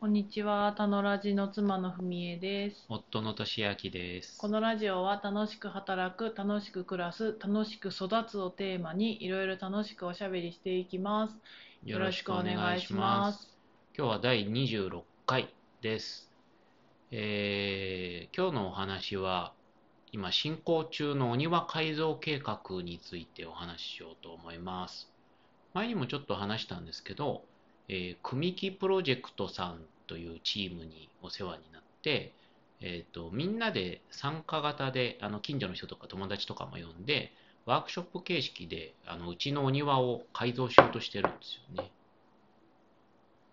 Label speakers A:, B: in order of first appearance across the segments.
A: こんにちは、たのラジの妻のふみえです。
B: 夫の俊明です。
A: このラジオは楽しく働く、楽しく暮らす、楽しく育つをテーマにいろいろ楽しくおしゃべりしていきます。よろしくお願いします。。
B: 今日は第26回です。えー今日のお話は、今進行中のお庭改造計画についてお話ししようと思います。前にもちょっと話したんですけど、えー、組木プロジェクトさんというチームにお世話になって、えー、とみんなで参加型であの近所の人とか友達とかも呼んでワークショップ形式であのうちのお庭を改造しようとしてるんですよね。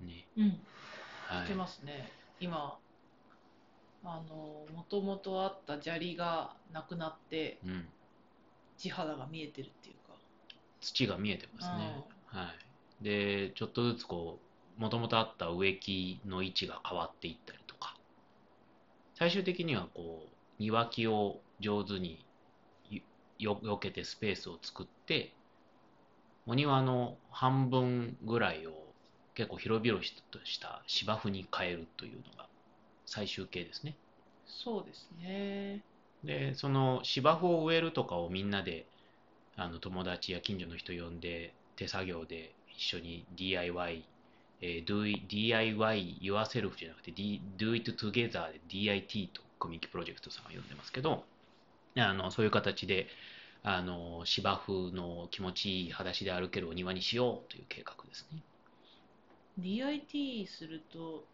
B: ね
A: うん、
B: は
A: 来てますね。今、あの、もともとあった砂利がなくなって、
B: うん、
A: 地肌が見えてるっていうか。
B: 土が見えてますね。はい、でちょっとずつこうもともとあった植木の位置が変わっていったりとか最終的にはこう庭木を上手によよ避けてスペースを作ってお庭の半分ぐらいを結構広々とした芝生に変えるというのが最終形ですね。
A: そうですね。
B: でその芝生を植えるとかをみんなであの友達や近所の人呼んで手作業で一緒に DIY、えー Do It- DIY yourself じゃなくて D- Do it together で DIT とコミュニティプロジェクトさんは呼んでますけどあのそういう形であの芝生の気持ちいい裸足で歩けるお庭にしようという計画ですね
A: DIT すると、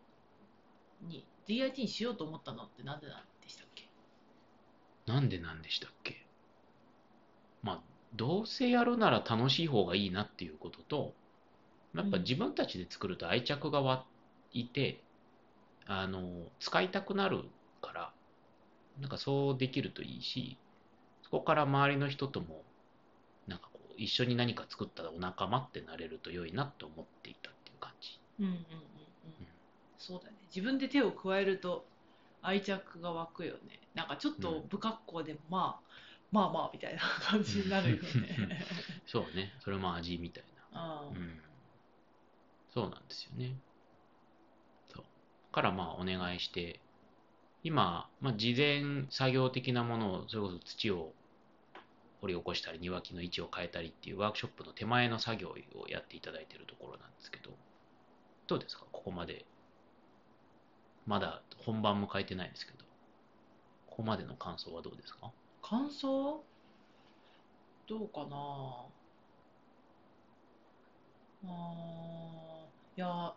A: に、DIT にしようと思ったのってなんでなんでしたっけ
B: なんでなんでしたっけまあどうせやるなら楽しい方がいいなっていうこととやっぱ
A: うん
B: 自分たちで作ると愛着が湧いてあの使いたくなるからなんかそうできるといいしそこから周りの人ともなんかこう一緒に何か作ったお仲間ってなれると良いなと思っていたっていう感じ
A: うんうんうんうん、そうだね自分で手を加えると愛着が湧くよねなんかちょっと
B: うん
A: 不格好でも、まあ、まあまあみたいな感じになるよね、
B: そうねそれも味みたいな
A: うん
B: うん、そうなんですよね。そうからまあお願いして今、まあ、事前作業的なものをそれこそ土を掘り起こしたり庭木の位置を変えたりっていうワークショップの手前の作業をやっていただいているところなんですけどどうですかここまでまだ本番迎えてないですけどここまでの感想はどうですか
A: 感想どうかなあーいや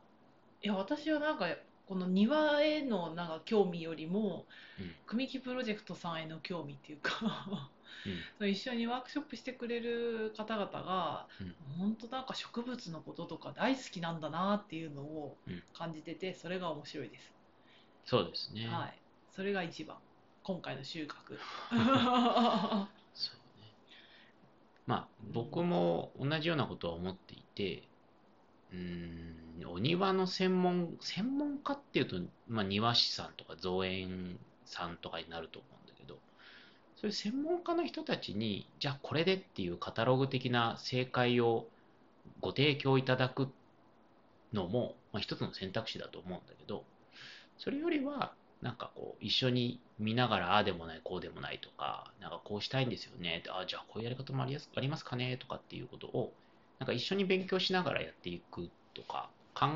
A: いや私はなんかこの庭へのなんか興味よりも、
B: うん
A: 組木プロジェクトさんへの興味っていうか
B: うん
A: その 一緒にワークショップしてくれる方々が、
B: うん
A: 本当なんか植物のこととか大好きなんだなっていうのを
B: うん
A: 感じてて、それが面白いです、
B: そうですね。
A: はいそれが一番今回の収穫 は
B: そうね。まあ、僕も同じようなことは思っていて、うーん、お庭の専門、専門家っていうと、まあ、庭師さんとか造園さんとかになると思うんだけど、そういう専門家の人たちに、じゃあこれでっていうカタログ的な正解をご提供いただくのも、まあ、一つの選択肢だと思うんだけど、それよりは、なんかこう、一緒に見ながら、ああでもない、こうでもないとか、なんかこうしたいんですよね、ああ、じゃあこういうやり方もありやすありますかねとかっていうことを、なんか一緒に勉強しながらやっていくとか、考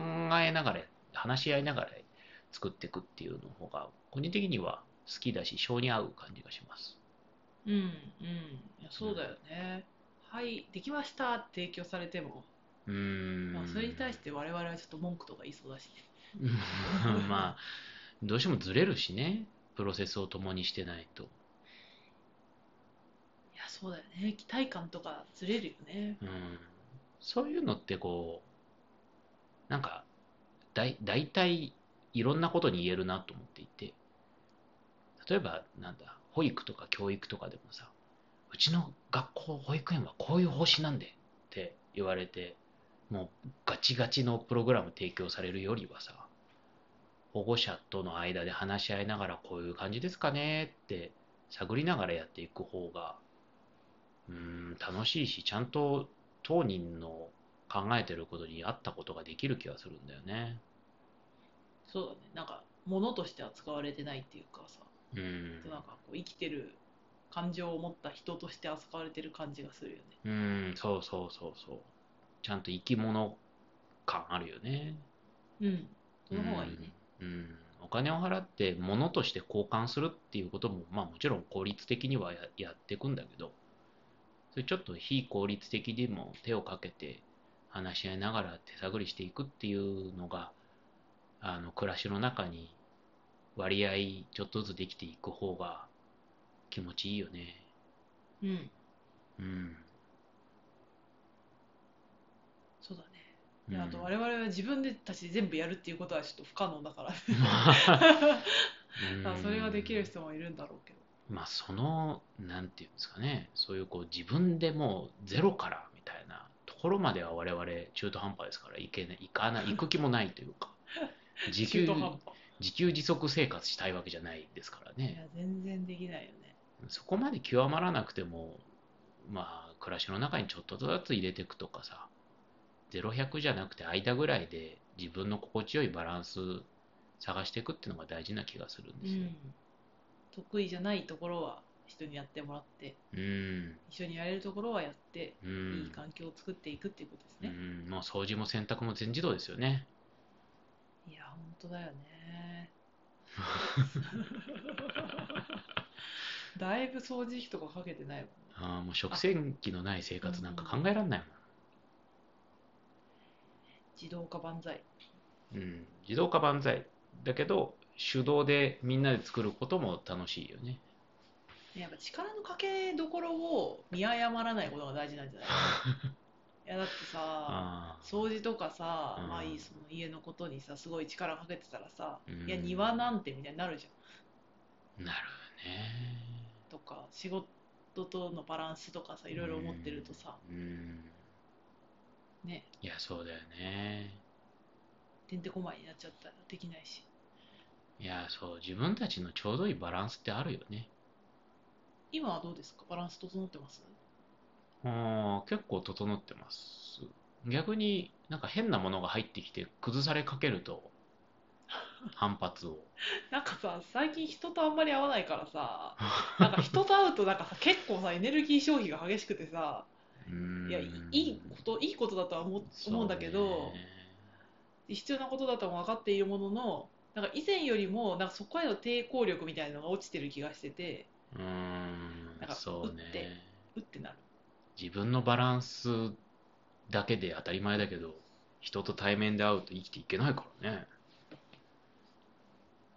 B: えながら、話し合いながら作っていくっていうの方が、個人的には好きだし、性に合う感じがします。
A: うんうんいやそうだよね、はいできましたって提供されても、
B: うー
A: まあ、
B: ん。
A: それに対して我々はちょっと文句とか言いそうだし、
B: うん。 まあ、どうしてもずれるしね、プロセスを共にしてないと。
A: いやそうだよね期待感とかずれるよね
B: うんそういうのってこうなんかだい大体いろんなことに言えるなと思っていて例えばなんだ保育とか教育とかでもさうちの学校保育園はこういう方針なんでって言われてもうガチガチのプログラム提供されるよりはさ保護者との間で話し合いながらこういう感じですかねって探りながらやっていく方がうーん楽しいしちゃんと当人の考えてることに合ったことができる気がするんだよね。
A: そうだねなんか物として扱われてないっていうかさ
B: うん
A: なんかこう生きてる感情を持った人として扱われてる感じがするよね
B: うんそうそうそうそうちゃんと生き物感あるよね
A: うんその方がいいね
B: うん、うんお金を払って物として交換するっていうこともまあもちろん効率的にはややっていくんだけどそれちょっと非効率的にも手をかけて話し合いながら手探りしていくっていうのがあの暮らしの中に割合ちょっとずつできていく方が気持ちいいよね
A: うん、
B: うん
A: そうだねであと我々は自分たちで全部やるっていうことはちょっと不可能だから、
B: うんまあうん
A: まあそれはできる人もいるんだろうけど
B: まあそのなんていうんですかねそういうこう自分でもうゼロからみたいなところまでは我々中途半端ですからいけない行か ない行く気もないというか自
A: 中
B: 給
A: 途半端
B: 自給自足生活したいわけじゃないですから
A: いや
B: ね
A: 全然できないよね
B: そこまで極まらなくてもまあ暮らしの中にちょっとずつ入れていくとかさ0100じゃなくて間ぐらいで自分の心地よいバランス探していくっていうのが大事な気がするん
A: う
B: ですよ
A: ん。得意じゃないところは人にやってもらって
B: うん
A: 一緒にやれるところはやって、
B: うん
A: いい環境を作っていくっていうことです
B: う
A: ね、
B: ん、もう掃除も洗濯も全自動ですよね。
A: いや本当だよねだいぶ掃除費とかかけてないもんね
B: あーもう食洗機のない生活なんか考えられない
A: 自動化万歳
B: もん。うん、自動化万歳。だけど、手動でみんなで作ることも楽しいよね。
A: やっぱ力のかけどころを見誤らないことが大事なん じゃないいやだってさ
B: ああ。
A: 掃除とかさ、
B: うん
A: まあいいその家のことにさすごい力かけてたらさ、
B: うん
A: いや庭なんてみたいになるじゃん
B: なる
A: とか仕事とのバランスとかさ
B: ね。
A: いろいろ思ってるとさ、
B: うん。うん。
A: ね
B: いや、そうだよね。
A: てんてこまいになっちゃったらできないし
B: いや、そう、自分たちのちょうどいいバランスってあるよね。
A: 今はどうですかバランス整ってます
B: あー結構整ってます。逆になんか変なものが入ってきて崩されかけると反発を。
A: なんかさ最近人とあんまり会わないから さなんか人と会うとなんかさ結構さエネルギー消費が激しくてさいやいいいこといいことだとは思う思うんだけど、必要なことだとは分かっているもののなんか以前よりもなんかそこへの抵抗力みたいなのが落ちてる気がしてて
B: そうねう
A: なん
B: ー
A: か
B: んそう
A: 打って
B: ね
A: うってなる
B: 自分のバランスだけで当たり前だけど人と対面で会うと生きていけないからね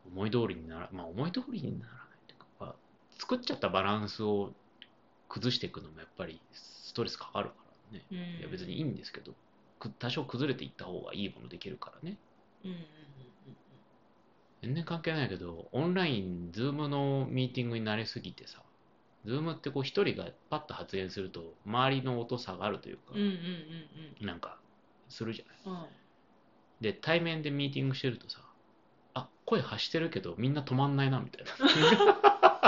B: 思い通りにならまあ思い通りにならないというか、まあ作っちゃったバランスを崩していくのもやっぱりストレスかかるからねいや別にいいんですけどく多少崩れていった方がいいものできるからね
A: うんうんうん
B: 全然関係ないけどオンライン Zoom のミーティングに慣れすぎてさ Zoom ってこう一人がパッと発言すると周りの音下がるというか、
A: うんうんうん
B: なんかするじゃない
A: うんうんうん
B: で対面でミーティングしてるとさあ声発してるけどみんな止まんないなみたいな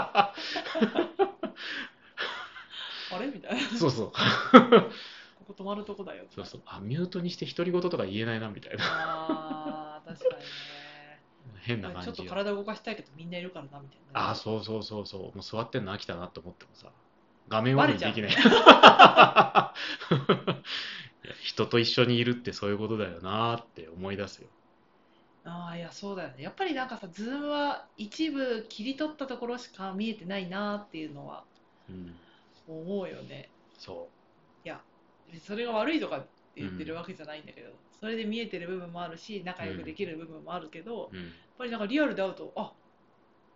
A: あれみたいな
B: そうそう
A: ここ止まるとこだよ
B: そうそうあミュートにして独り言とか言えないなみ たいな
A: あー確かにね
B: 変な感
A: ち
B: じ
A: ょっと
B: よ
A: 体動かしたいけどみんないるからなみたいな
B: あそうそうそうそうもう座ってんの飽きたなと思ってもさ画面割りにでき ないいや人と一緒にいるってそういうことだよなーって思い出すよ
A: あーいやそうだよねやっぱりなんかさズームは一部切り取ったところしか見えてないなっていうのは
B: うん
A: 思うよね
B: そ
A: それが悪いとかって言ってるわけじゃないんだけど、それで見えてる部分もあるし仲良くできる部分もあるけど、やっ
B: ううん
A: ぱりなんかリアルで会うとあ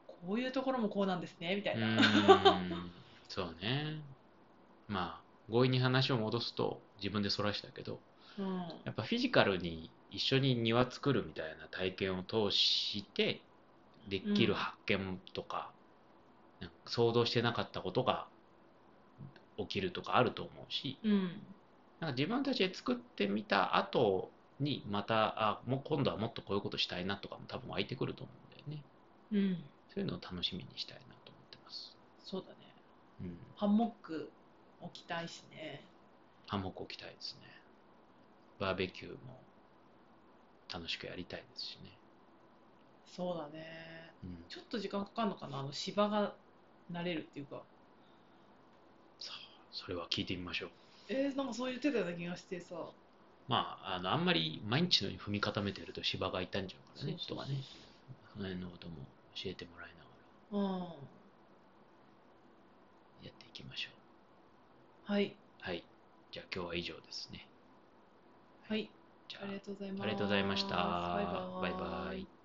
A: こういうところもこうなんですねみた
B: う
A: いな、
B: ーんそうねまあ強引に話を戻すと自分でそらしたけど
A: うん
B: やっぱフィジカルに一緒に庭作るみたいな体験を通してできる発見とか,、なんか想像してなかったことが起きるとかあると思うし
A: うん
B: なんか自分たちで作ってみた後にまたあもう今度はもっとこういうことしたいなとかも多分湧いてくると思うんだよね
A: うん
B: そういうのを楽しみにしたいなと思ってます、
A: そうだね
B: うん、
A: ハンモック置きたいしね
B: ハンモック置きたいですねバーベキューも楽しくやりたいですしね
A: そうだね
B: うん、
A: ちょっと時間かかるのかなあの芝が慣れるっていうか
B: さあそれは聞いてみましょう
A: えー、なんかそう言ってたような気がしてさ
B: まああのあんまり毎日のように踏み固めてると芝が痛んじゃうからね
A: そうそうそう
B: とかねその辺のことも教えてもらいなが
A: うん
B: らやっていきましょう
A: はい
B: はいじゃあ今日は以上ですね
A: はい
B: じゃ
A: ありがとうございます
B: ありがとうございました
A: バイバーイ
B: バイバイ